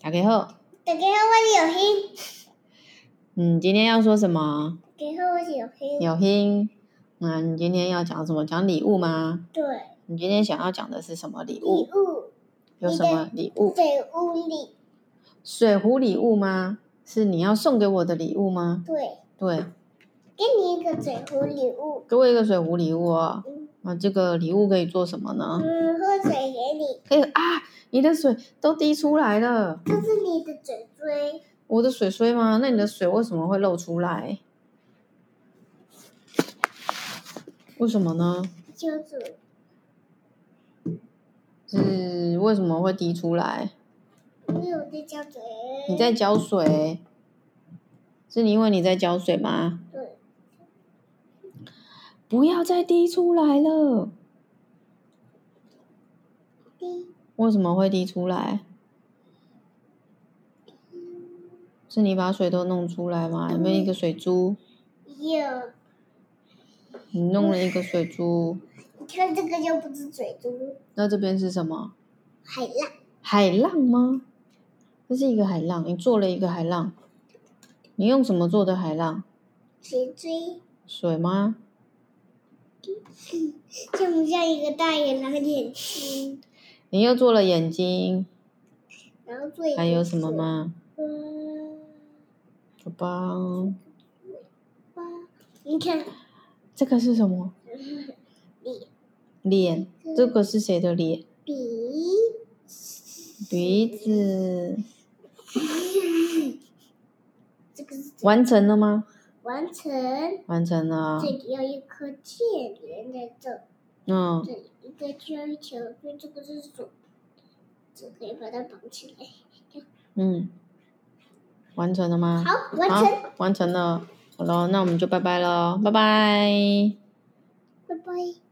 大家好，大家好，我是有心。嗯，今天要说什么？大家好，我是有心。有心，嗯，你今天要讲什么？讲礼物吗？对，你今天想要讲的是什么礼礼物？物，有什么礼物？水屋里，水壶礼物吗？是你要送给我的礼物吗？对，对，给你一个水壶礼物。给我一个水壶礼物哦。嗯啊，这个礼物可以做什么呢？嗯，喝水给你，可以啊，你的水都滴出来了，这是你的嘴嘴，我的水水吗？那你的水为什么会漏出来？为什么呢？就是是为什么会滴出来？因为我在浇水。你在浇水，是因为你在浇水吗？对，不要再滴出来了。滴，为什么会滴出来？是你把水都弄出来吗？有没有一个水珠？有，你弄了一个水珠，你看这个就不是嘴珠，那这边是什么？海浪。海浪吗？这是一个海浪，你做了一个海浪。你用什么做的海浪？水锥水吗？像不像一个大野狼眼睛？你又做了眼睛，然后最还有什么？吗？嗯，好吧，哇你看，这个是什么？你脸，这个是谁的脸？比鼻子。这个是完成了吗？完成。完成了这。里要一颗键连在这，嗯这，里一个圈一球，所以这个是手，就可以把它绑起来。嗯，完成了吗？好，完成，好，完成了。好了，那我们就拜拜了，拜拜。拜拜。